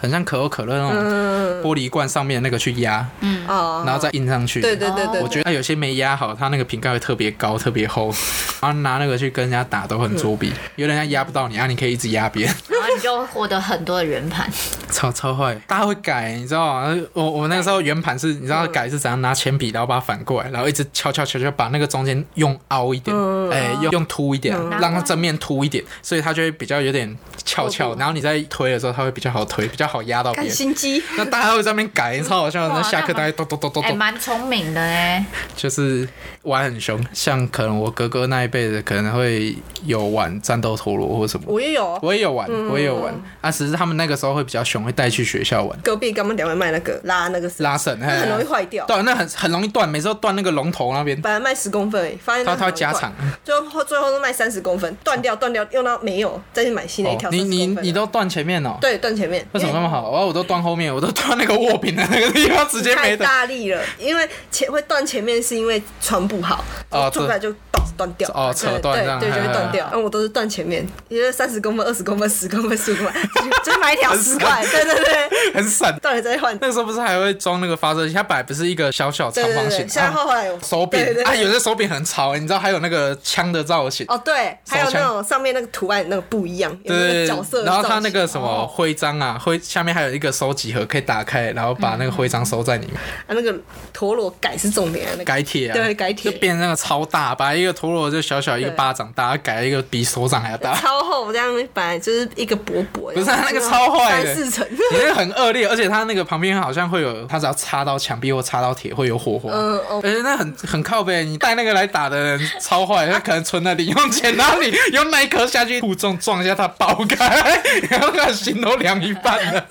Speaker 3: 很像可口可乐那种
Speaker 2: 嗯，
Speaker 3: 玻璃罐上面那个去压，
Speaker 2: 哦，
Speaker 3: 然后再印上去。
Speaker 2: 对对对对，
Speaker 3: 我觉得它有些没压好，它那个瓶盖会特别高、特别厚，然后拿那个去跟人家打都很作弊，
Speaker 2: 嗯
Speaker 3: 因为人家压不到你啊，你可以一直压别人，
Speaker 4: 然后你就获得很多的圆盘，
Speaker 3: 超超坏。大家会改，你知道吗？我我那个时候圆盘是，你知道改是怎样拿铅笔，然后把它反过来，然后一直敲敲敲敲，把那个中间用凹一点，
Speaker 4: 嗯
Speaker 3: 哎，用用凸一点，让它正面凸一点，所以它就会比较有点翘
Speaker 4: 哦
Speaker 3: 翘，然后你在推的时候，它会比较好推，比较好压到别
Speaker 2: 干
Speaker 3: 人。
Speaker 2: 心机，
Speaker 3: 那大家会在那边改，超好笑的。那
Speaker 4: 哇
Speaker 3: 下课
Speaker 4: 那
Speaker 3: 大家咚咚咚咚
Speaker 4: 哎，
Speaker 3: 咚，
Speaker 4: 蛮聪明 的哎，
Speaker 3: 就是玩很凶，像可能我哥哥那一辈的可能会有玩战斗陀螺或什么，
Speaker 2: 我也有哦，
Speaker 3: 我也有玩，我也有玩，
Speaker 4: 嗯
Speaker 3: 啊，只是他们那个时候会比较凶，会带去学校玩
Speaker 2: 隔壁干嘛两位卖那个拉那个绳，
Speaker 3: 拉绳，
Speaker 2: 那
Speaker 3: 很
Speaker 2: 很容易，坏掉，
Speaker 3: 对，那很很容易断，每次都断那个龙头那边，
Speaker 2: 本来卖十公分而已，发现
Speaker 3: 他
Speaker 2: 那
Speaker 3: 他会
Speaker 2: 很容易
Speaker 3: 加
Speaker 2: 断
Speaker 3: 长，
Speaker 2: 最后最后都卖三十公分，断掉断掉，用到没有，再去买新的一条。
Speaker 3: 你哦你
Speaker 2: 30公分的啊
Speaker 3: 你都断前面哦，
Speaker 2: 对断前面，
Speaker 3: 为什么那么好？哦，我都断后面，我都断那个握柄的那个地方，直
Speaker 2: 因为
Speaker 3: 接
Speaker 2: 太
Speaker 3: 没的。
Speaker 2: 大力了，因为前会断前面是因为传不好，
Speaker 3: 哦
Speaker 2: 出来就断断掉，
Speaker 3: 哦扯断这样
Speaker 2: 对对，就会断掉。然后我都是断前面，因为三十公分、二十公分、十公分、十五公分，就就买一条十块，对对对，
Speaker 3: 很闪。
Speaker 2: 到底再换。
Speaker 3: 那个时候不是还会装那个发射器？它本来不是一个小小长
Speaker 2: 对对
Speaker 3: 方
Speaker 2: 对，
Speaker 3: 形，
Speaker 2: 现在
Speaker 3: 啊
Speaker 2: 后来有
Speaker 3: 手柄
Speaker 2: 对对
Speaker 3: 啊，
Speaker 2: 对
Speaker 3: 有些手柄很潮，你知道还有那个枪的造型，
Speaker 2: 哦对，还有
Speaker 3: 手枪
Speaker 2: 那种上面那个图案那个不一样，有那个
Speaker 3: 对
Speaker 2: 角色，
Speaker 3: 然后它那个什
Speaker 2: 哦
Speaker 3: 么徽章啊，徽下面还有一个收集盒可以打开，然后把
Speaker 2: 嗯
Speaker 3: 那个徽章收在里面，
Speaker 2: 啊那个陀螺改是重点啊，那个
Speaker 3: 改铁啊，
Speaker 2: 对改铁
Speaker 3: 就变成那个超大，把一个陀螺就小小一个巴掌大，改一个比手掌还要大，
Speaker 2: 超厚，这样本来就是一个薄薄的，
Speaker 3: 啊不是啊那个超坏的
Speaker 2: 三四层，
Speaker 3: 你那个很恶劣，而且它那个旁边好像会有，它只要插到墙壁或插到铁会有火花。
Speaker 2: 嗯哦
Speaker 3: 而且那很很靠背，你带那个来打的人超坏，他可能存了零用钱，然后你用那一颗下去互撞撞一下他爆开， 然后他的心都凉一半了。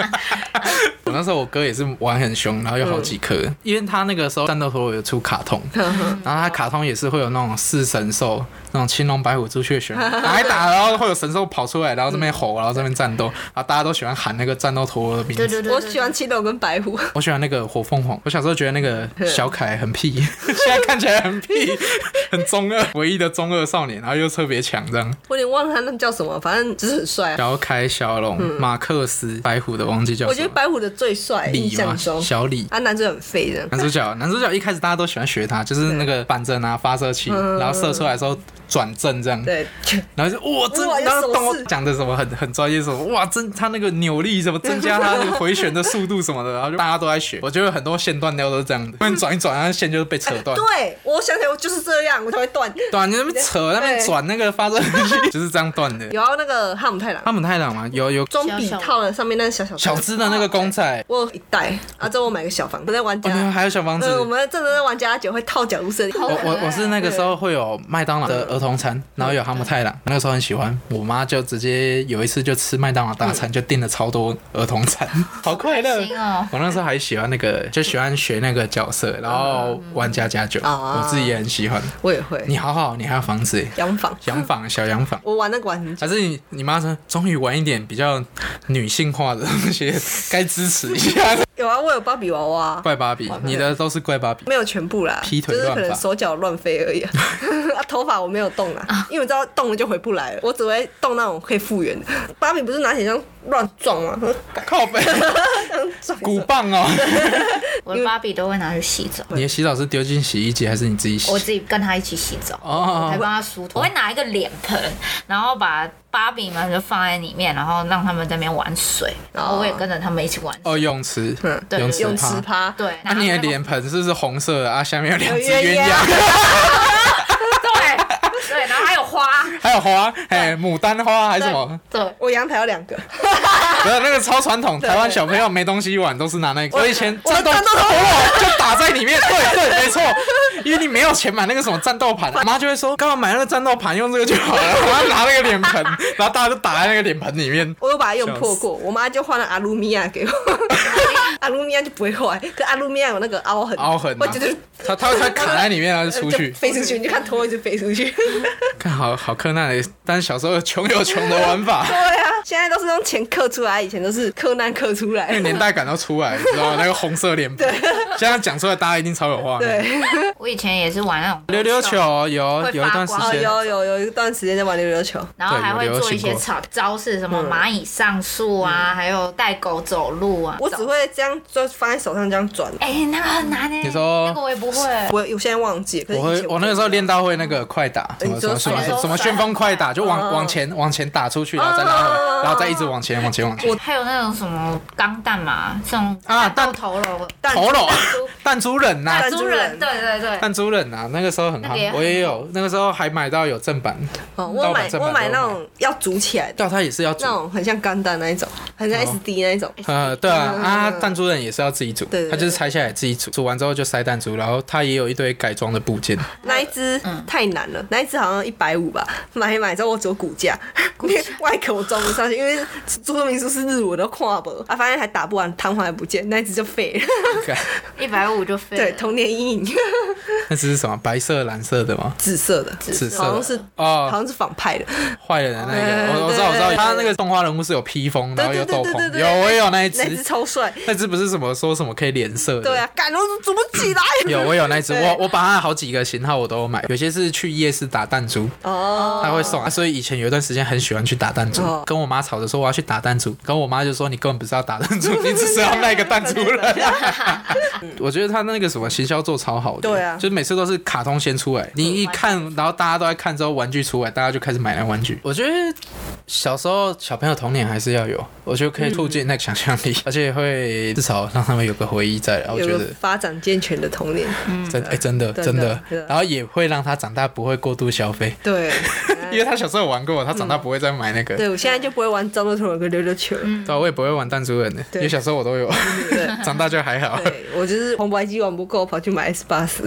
Speaker 3: 我那时候我哥也是玩很凶，然后有好几颗，
Speaker 2: 嗯
Speaker 3: 因为他那个时候战斗陀螺有出卡通，然后他卡通也是会有那种四神兽，那种青龙白虎朱雀 玄武，打一打，然后会有神兽跑出来，然后这边吼，然后这边战斗，然后大家都喜欢喊那个战斗陀螺的名字
Speaker 4: 对。对对，
Speaker 2: 我
Speaker 4: 对
Speaker 2: 喜欢青龙跟白虎，
Speaker 3: 我喜欢那个火凤凰，我小时候觉得那个小凯很 屁，现在看起来很屁， 很中二，唯一的中二少年，然后又特别强这样。
Speaker 2: 我有点忘了他那叫什么，反正就是很帅、啊。
Speaker 3: 小凯、小龙、马克思、白虎的忘记叫什么，
Speaker 2: 嗯我觉得白虎的最帅，印
Speaker 3: 李嘛，
Speaker 2: 象中
Speaker 3: 小嗯李。
Speaker 2: 啊，男主很废的，
Speaker 3: 男主角，男主角一开始大家都喜欢学他，就是那个板着拿发射器，然后射出来的时候转正这样，
Speaker 2: 对，
Speaker 3: 然后就哇真
Speaker 2: 哇，有
Speaker 3: 然后
Speaker 2: 手
Speaker 3: 懂我
Speaker 2: 势
Speaker 3: 讲的什么很很专业什么哇增他那个扭力什么增加他那个回旋的速度什么的，然后就大家都在学，我觉得很多线断掉都是这样的，不然转一转，然后线就被扯断。
Speaker 2: 对我想起来，我就是这样，我才会断。
Speaker 3: 对啊，你那边扯，那边
Speaker 2: 对
Speaker 3: 转那个发射器，就是这样断的。
Speaker 2: 有啊，那个哈姆太郎
Speaker 3: 哈姆太郎嘛，有有
Speaker 2: 装笔套的上面那个小小
Speaker 3: 小只的那个公仔，
Speaker 2: 我有一袋啊，之后我买个小房，我在玩
Speaker 3: 哦，
Speaker 2: 家
Speaker 3: 你，们还有小房子。
Speaker 2: 对，我们真的在玩家酒会套脚入森林。
Speaker 3: 我我我是那个时候会有麦当劳的儿童餐，然后有哈姆太郎，那个时候很喜欢。我妈就直接有一次就吃麦当劳大餐，就订了超多儿童餐，嗯 好快乐
Speaker 4: 开心哦。
Speaker 3: 我那时候还喜欢那个，就喜欢学那个角色，然后玩家家酒，
Speaker 2: 啊
Speaker 3: 我自己也很喜欢。
Speaker 2: 我也会
Speaker 3: 你好好，你还有房子耶，
Speaker 2: 洋房，
Speaker 3: 洋房小洋房。
Speaker 2: 我玩那个玩很久，
Speaker 3: 还是你你妈说，终于玩一点比较女性化的东西，该支持一下。
Speaker 2: 有啊，我有芭比娃 娃，
Speaker 3: 怪芭比，你的都是怪芭比。
Speaker 2: 没有全部啦，
Speaker 3: 劈腿
Speaker 2: 就是
Speaker 3: 乱
Speaker 2: 可能
Speaker 3: 发
Speaker 2: 手脚乱飞而已、啊啊头发我没有动啊，因为我知道动了就回不来了，我只会动那种可以复 原的。芭比不是拿铁枪乱撞吗？
Speaker 3: 靠 背，鼓棒哦。
Speaker 4: 我的芭比都会拿去洗澡，
Speaker 3: 你的洗澡是丢进洗衣机还是你自己洗
Speaker 4: 我？自己跟她一起洗澡。我还
Speaker 3: 哦，
Speaker 4: 帮他梳头，我会拿一个脸盆，然后把芭比们就放在里面，然后让他们在那边玩水，然后我也跟着他们一起玩水。
Speaker 3: 哦，泳池，
Speaker 4: 对
Speaker 3: 泳池
Speaker 2: 泳
Speaker 3: 趴
Speaker 2: 池。趴，
Speaker 4: 对，
Speaker 3: 那啊你的脸盆是不是红色的啊？下面有两只鸳
Speaker 2: 有鸳
Speaker 3: 鸯，
Speaker 4: 对对，然后还有花，
Speaker 3: 还有花，哎，牡丹花还是什么？
Speaker 4: 对，
Speaker 2: 我阳台有两个，
Speaker 3: 不是那个超传统，台湾小朋友没东西玩都是拿那个。我以前
Speaker 2: 我
Speaker 3: 战斗
Speaker 2: 战斗
Speaker 3: 陀螺就打在里面，对对，没错。因为你没有钱买那个什么战斗盘，我妈就会说干嘛买那个战斗盘，用这个就好了。我要拿那个脸盆，然后大家就打在那个脸盆里面。
Speaker 2: 我有把它用破过，我妈就换了阿鲁米亚给 我，阿鲁米亚就不会坏，可阿鲁米亚有那个凹痕，
Speaker 3: 凹痕啊
Speaker 2: 我觉得
Speaker 3: 它它它卡在里面，然后就出去
Speaker 2: 就。飞出去，你就看头一直飞出去。
Speaker 3: 看好好克难的，但是小时候有穷有穷的玩 法，
Speaker 2: 对啊，现在都是用钱刻出来，以前都是刻难刻出
Speaker 3: 那
Speaker 2: 来
Speaker 3: 个。年代感都出来，你知道吗？那个红色脸盆，现在讲出来大家一定超有画 面。
Speaker 2: 对，
Speaker 4: 我以前也是玩那种
Speaker 3: 溜溜，球有
Speaker 4: 会
Speaker 3: 有一段时
Speaker 4: 发
Speaker 2: 哦，
Speaker 4: 光
Speaker 3: 间，
Speaker 2: 有有有一段时间在玩溜溜球，
Speaker 4: 然后还
Speaker 3: 对
Speaker 4: 会
Speaker 3: 有流
Speaker 4: 做一
Speaker 3: 行
Speaker 4: 些
Speaker 3: 过嗯
Speaker 4: 草招式，什么
Speaker 2: 嗯
Speaker 4: 蚂蚁上树啊，还有带狗走路啊。
Speaker 2: 我只会这样，就放在手上这样转。
Speaker 4: 哎、那个很难哎、
Speaker 3: 你说
Speaker 4: 那个我也不会，
Speaker 2: 我我现在忘记，可是
Speaker 3: 我
Speaker 2: 以
Speaker 3: 会
Speaker 2: 前，
Speaker 3: 我那个时候练到会那个快打，什
Speaker 2: 哦你
Speaker 3: 么什么
Speaker 2: 说
Speaker 3: 什么
Speaker 4: 甩手
Speaker 3: 什么
Speaker 4: 甩
Speaker 3: 旋风快打，就往
Speaker 2: 哦
Speaker 3: 往前往前打出去，然后再拉回
Speaker 2: 哦
Speaker 3: 来，然后再一直往前往前往前。
Speaker 4: 还有那种什么钢弹嘛，这种
Speaker 3: 啊
Speaker 4: 到
Speaker 3: 弹
Speaker 4: 头了，
Speaker 2: 弹
Speaker 3: 头笼
Speaker 4: 珠
Speaker 3: 弹珠人呐、
Speaker 2: 弹
Speaker 4: 弹
Speaker 2: 珠
Speaker 4: 珠
Speaker 2: 人
Speaker 4: 人，对 对对，
Speaker 3: 弹珠人呐、啊那个时候很
Speaker 4: 那个也
Speaker 3: 夯，
Speaker 4: 很
Speaker 3: 我也有，那个时候还买到有正版，
Speaker 2: 哦我
Speaker 3: 盗
Speaker 2: 买
Speaker 3: 版正版
Speaker 2: 我买
Speaker 3: 都
Speaker 2: 那
Speaker 3: 有
Speaker 2: 种要组起来的，
Speaker 3: 但它也是要煮
Speaker 2: 那，种很像钢弹那一种，很像
Speaker 3: 哦
Speaker 2: SD 那一种。
Speaker 3: 呃，对啊，
Speaker 2: 嗯
Speaker 3: 啊，弹珠人也是要自己煮
Speaker 2: 对对，对
Speaker 3: 它就是拆下来自己煮，煮完之后就塞弹珠，然后它也有一堆改装的部 件，
Speaker 2: 那一只太难了，那一只好像一百五吧，买一买之后我只有 骨架，因为外壳我装不上去，因为说明书是日文都跨不啊，发现还打不完，弹簧还不见，那一只就废了。
Speaker 3: 干
Speaker 4: 一百五就废了。
Speaker 2: 对，童年阴影，
Speaker 3: 那只是什么白色、蓝色的吗？
Speaker 2: 紫色的，
Speaker 3: 紫色的
Speaker 2: 好像是好
Speaker 3: 哦，
Speaker 2: 像是仿派的，
Speaker 3: 坏人的那
Speaker 2: 哎
Speaker 3: 个，我我知道我知
Speaker 2: 对对
Speaker 3: 道，
Speaker 2: 对
Speaker 3: 它那个动画人物是有披风，然后
Speaker 2: 对
Speaker 3: 有
Speaker 2: 对
Speaker 3: 斗
Speaker 2: 对对对
Speaker 3: 篷，
Speaker 2: 对
Speaker 3: 有我也有那一
Speaker 2: 那只
Speaker 3: 只，
Speaker 2: 超帅。
Speaker 3: 那只不是什么说什么可以连射的，
Speaker 2: 对啊，感动组不起来。
Speaker 3: 有我有那一只，
Speaker 2: 对
Speaker 3: 我我把它好几个型号我都有买，有些是去夜市打弹珠，
Speaker 2: 哦，
Speaker 3: 他会送、啊，所以以前有一段时间很喜欢去打弹珠，
Speaker 2: 哦
Speaker 3: 跟我妈吵着说我要去打弹珠，跟我妈就说你根本不是要打弹 珠，你只是要那个弹珠了。 我觉得他那个什么行销做超好的，
Speaker 2: 啊对啊
Speaker 3: 就是每次都是卡通先出来，你一看，然后大家都在看之后，玩具出来，大家就开始买那玩具。我觉得小时候小朋友童年还是要有，我觉得可以促
Speaker 2: 嗯
Speaker 3: 进那个想象力， 而且会至少让他们有个回忆在啊。我
Speaker 2: 有
Speaker 3: 觉
Speaker 2: 个
Speaker 3: 得
Speaker 2: 发展健全的童 年，
Speaker 3: 真哎、真的
Speaker 2: 真的
Speaker 3: 真的
Speaker 2: 真的，
Speaker 3: 然后也会让他长大不会过度消费。
Speaker 2: 对，
Speaker 3: 因为他小时候有玩过，他长大不会再买那个。
Speaker 2: 呃嗯对我现在就不会玩张乐头跟溜溜球了。
Speaker 3: 对啊，我也不会玩弹珠人的，因为小时候我都有， 长大就还好。
Speaker 2: 对我就是红白机玩不够，跑去买 S 八十。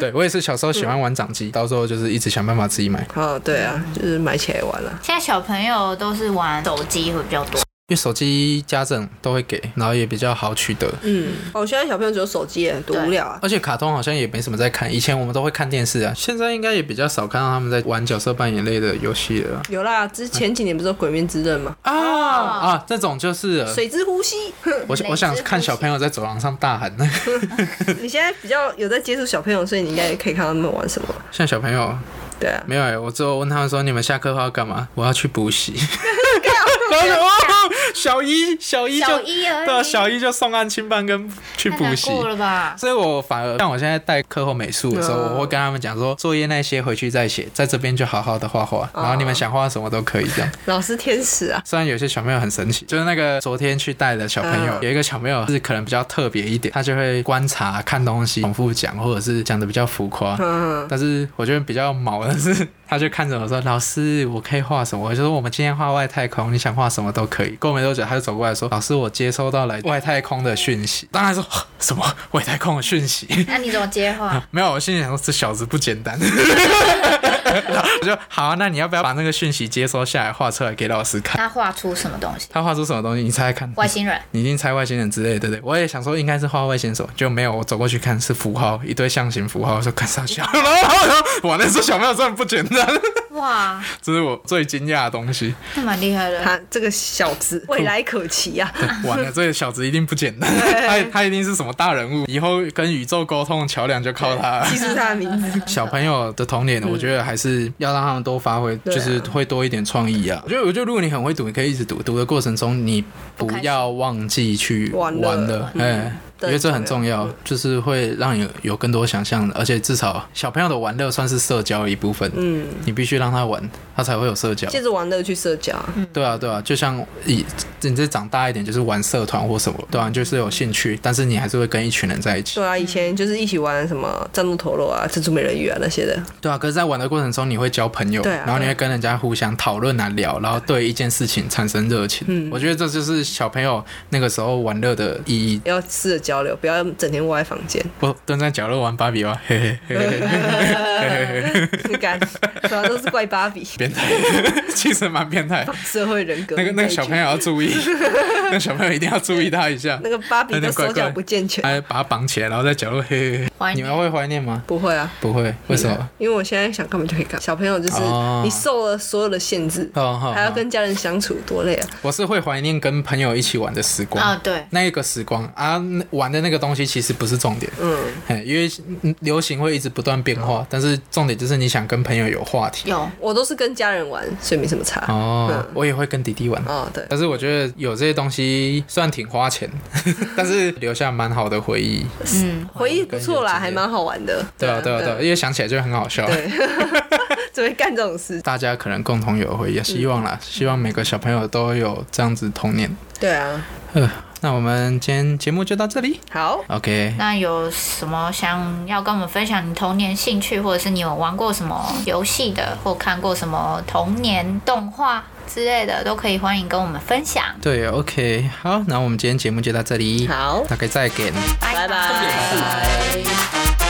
Speaker 3: 对我也是小时候喜欢玩掌机，到时候就是一直想办法自己买，
Speaker 2: 哦，对啊，就是买起来玩啊了。
Speaker 4: 现在小朋友都是玩手机会比较多，
Speaker 3: 因为手机家政都会给，然后也比较好取得。
Speaker 2: 嗯，哦，现在小朋友只有手机耶，多无聊啊！
Speaker 3: 而且卡通好像也没什么在看，以前我们都会看电视啊，现在应该也比较少看到他们在玩角色扮演类的游戏了
Speaker 2: 有啦，之前几年不是有《鬼面之刃》吗？
Speaker 3: 啊
Speaker 2: 哦
Speaker 3: 啊！这种就是了
Speaker 2: 水之呼吸，
Speaker 3: 我想我想看小朋友在走廊上大喊 那个，
Speaker 2: 你现在比较有在接触小朋友，所以你应该也可以看到他们玩什么。
Speaker 3: 像小朋友
Speaker 2: 对啊，
Speaker 3: 没有哎、我只有问他们说你们下课后要干嘛？我要去补习。 然后就哦， 小一小一就
Speaker 4: 小一而已
Speaker 3: 对啊，小一就送案轻班跟去
Speaker 4: 太
Speaker 3: 补
Speaker 4: 难
Speaker 3: 习。
Speaker 4: 过了吧？
Speaker 3: 所以我反而像我现在带课后美术的时候，
Speaker 2: 嗯
Speaker 3: 我会跟他们讲说，作业那些回去再写，在这边就好好的画画，
Speaker 4: 哦
Speaker 3: 然后你们想画什么都可以这样。
Speaker 2: 老师天使啊，
Speaker 3: 虽然有些小朋友很神奇，就是那个昨天去带的小朋友，
Speaker 2: 嗯
Speaker 3: 有一个小朋友是可能比较特别一点，他就会观察、看东西、重复讲，或者是讲的比较浮夸。
Speaker 2: 嗯，
Speaker 3: 但是我觉得比较毛的是， 他就看着我说：“老师，我可以画什么？”我就说：“我们今天画外太空，你想画什么都可以。”过没多久，他就走过来说：“老师，我接收到来外太空的讯息。”当然说 哈什么外太空的讯息。
Speaker 4: 那你怎么接 话？
Speaker 3: 没有，我心里想说这小子不简单， 然后我就好、啊，那你要不要把那个讯息接收下来，画出来给老师看？
Speaker 4: 他画出什么东西？
Speaker 3: 他画出什么东西？你猜猜看。
Speaker 4: 外星人。
Speaker 3: 你一定猜外星人之类的，对不对？我也想说应该是画外星手，就没有。我走过去看是符号，一堆象形符号，我说看傻笑。 然后我说哇，那时候小朋友真的不简单，
Speaker 4: 哇，
Speaker 3: 这是我最惊讶的东西。
Speaker 4: 那蛮厉害的。
Speaker 2: 他这个小子未来可期啊！
Speaker 3: 完了，这个小子一定不简单，他他一定是什么大人物，以后跟宇宙沟通的桥梁就靠他了。
Speaker 2: 记住他的名字，
Speaker 3: 小朋友的童年，我觉得还是要让他们多发挥，
Speaker 2: 嗯啊
Speaker 3: 就是会多一点创意啊。我觉得，我觉得如果你很会读，你可以一直读，读的过程中你不要忘记去
Speaker 2: 玩
Speaker 3: 玩
Speaker 2: 乐嗯
Speaker 3: 了，哎。
Speaker 2: 对嗯
Speaker 3: 因为这很重要，就是会让你有更多想象，而且至少小朋友的玩乐算是社交的一部分。嗯，你必须让他玩，他才会有社交。
Speaker 2: 借着玩乐去社交啊。
Speaker 3: 对啊，对啊，就像以你再长大一点，就是玩社团或什么，对啊，你就是有兴趣，但是你还是会跟一群人在一起。
Speaker 2: 对啊，以前就是一起玩什么战斗陀螺啊、珍珠美人鱼啊那些的。
Speaker 3: 对啊，可是，在玩的过程中，你会交朋友，
Speaker 2: 对啊
Speaker 3: 然后你会跟人家互相讨论啊、聊，然后对一件
Speaker 2: 嗯
Speaker 3: 事情产生热情。我觉得这就是小朋友那个时候玩乐的意义。
Speaker 2: 要试着交交流，不要整天窝在房 间。
Speaker 3: 我蹲在角落玩芭比娃，嘿嘿嘿 嘿嘿，
Speaker 2: 你敢，主要啊都是怪芭比，
Speaker 3: 变态， 其实蛮变态。
Speaker 2: 社会人格。
Speaker 3: 那个那个小朋友要注意， 那个小朋友一定要注意他一下。
Speaker 2: 那个芭比
Speaker 3: 有
Speaker 2: 的
Speaker 3: 点怪
Speaker 2: 手脚
Speaker 3: 怪
Speaker 2: 不健全，
Speaker 3: 哎，把他绑起来，然后在角落嘿嘿
Speaker 4: 怀
Speaker 3: 嘿。
Speaker 4: 念
Speaker 3: 你们会怀念吗？
Speaker 2: 不会啊。
Speaker 3: 不会，为什么？
Speaker 2: 因为我现在想干嘛就可以干嘛，小朋友就是
Speaker 3: 哦
Speaker 2: 你受了所有的限制，
Speaker 3: 哦好
Speaker 2: 还要跟家人相处，多累啊！
Speaker 3: 我是会怀念跟朋友一起玩的时光。
Speaker 4: 啊，对，
Speaker 3: 那一个时光啊，那玩的那个东西其实不是重点，
Speaker 2: 嗯，
Speaker 3: 嘿因为嗯流行会一直不断变化，但是重点就是你想跟朋友有话题。
Speaker 4: 有
Speaker 2: 我都是跟家人玩，所以没什么差。
Speaker 3: 哦
Speaker 2: 嗯，
Speaker 3: 我也会跟弟弟玩，
Speaker 2: 哦，对，
Speaker 3: 但是我觉得有这些东西虽然挺花钱， 但是留下蛮好的回忆。
Speaker 4: 嗯，
Speaker 2: 回忆不错啦，
Speaker 3: 跟
Speaker 2: 还
Speaker 3: 有
Speaker 2: 蛮好玩的。
Speaker 3: 对啊，对啊，对啊，因为想起来就很好笑。
Speaker 2: 对，怎么啊会干这种事？
Speaker 3: 大家可能共同有的回忆，希望啦，希望每个小朋友都有这样子童年。
Speaker 2: 对啊，
Speaker 3: 呃，那我们今天节目就到这里。
Speaker 2: 好，
Speaker 3: OK，
Speaker 4: 那有什么想要跟我们分享你童年兴趣，或者是你有玩过什么游戏的，或看过什么童年动画之类的，都可以欢迎跟我们分享。
Speaker 3: 对，OK，好，那我们今天节目就到这里。
Speaker 2: 好
Speaker 3: 大概再见。
Speaker 2: 拜拜
Speaker 4: 拜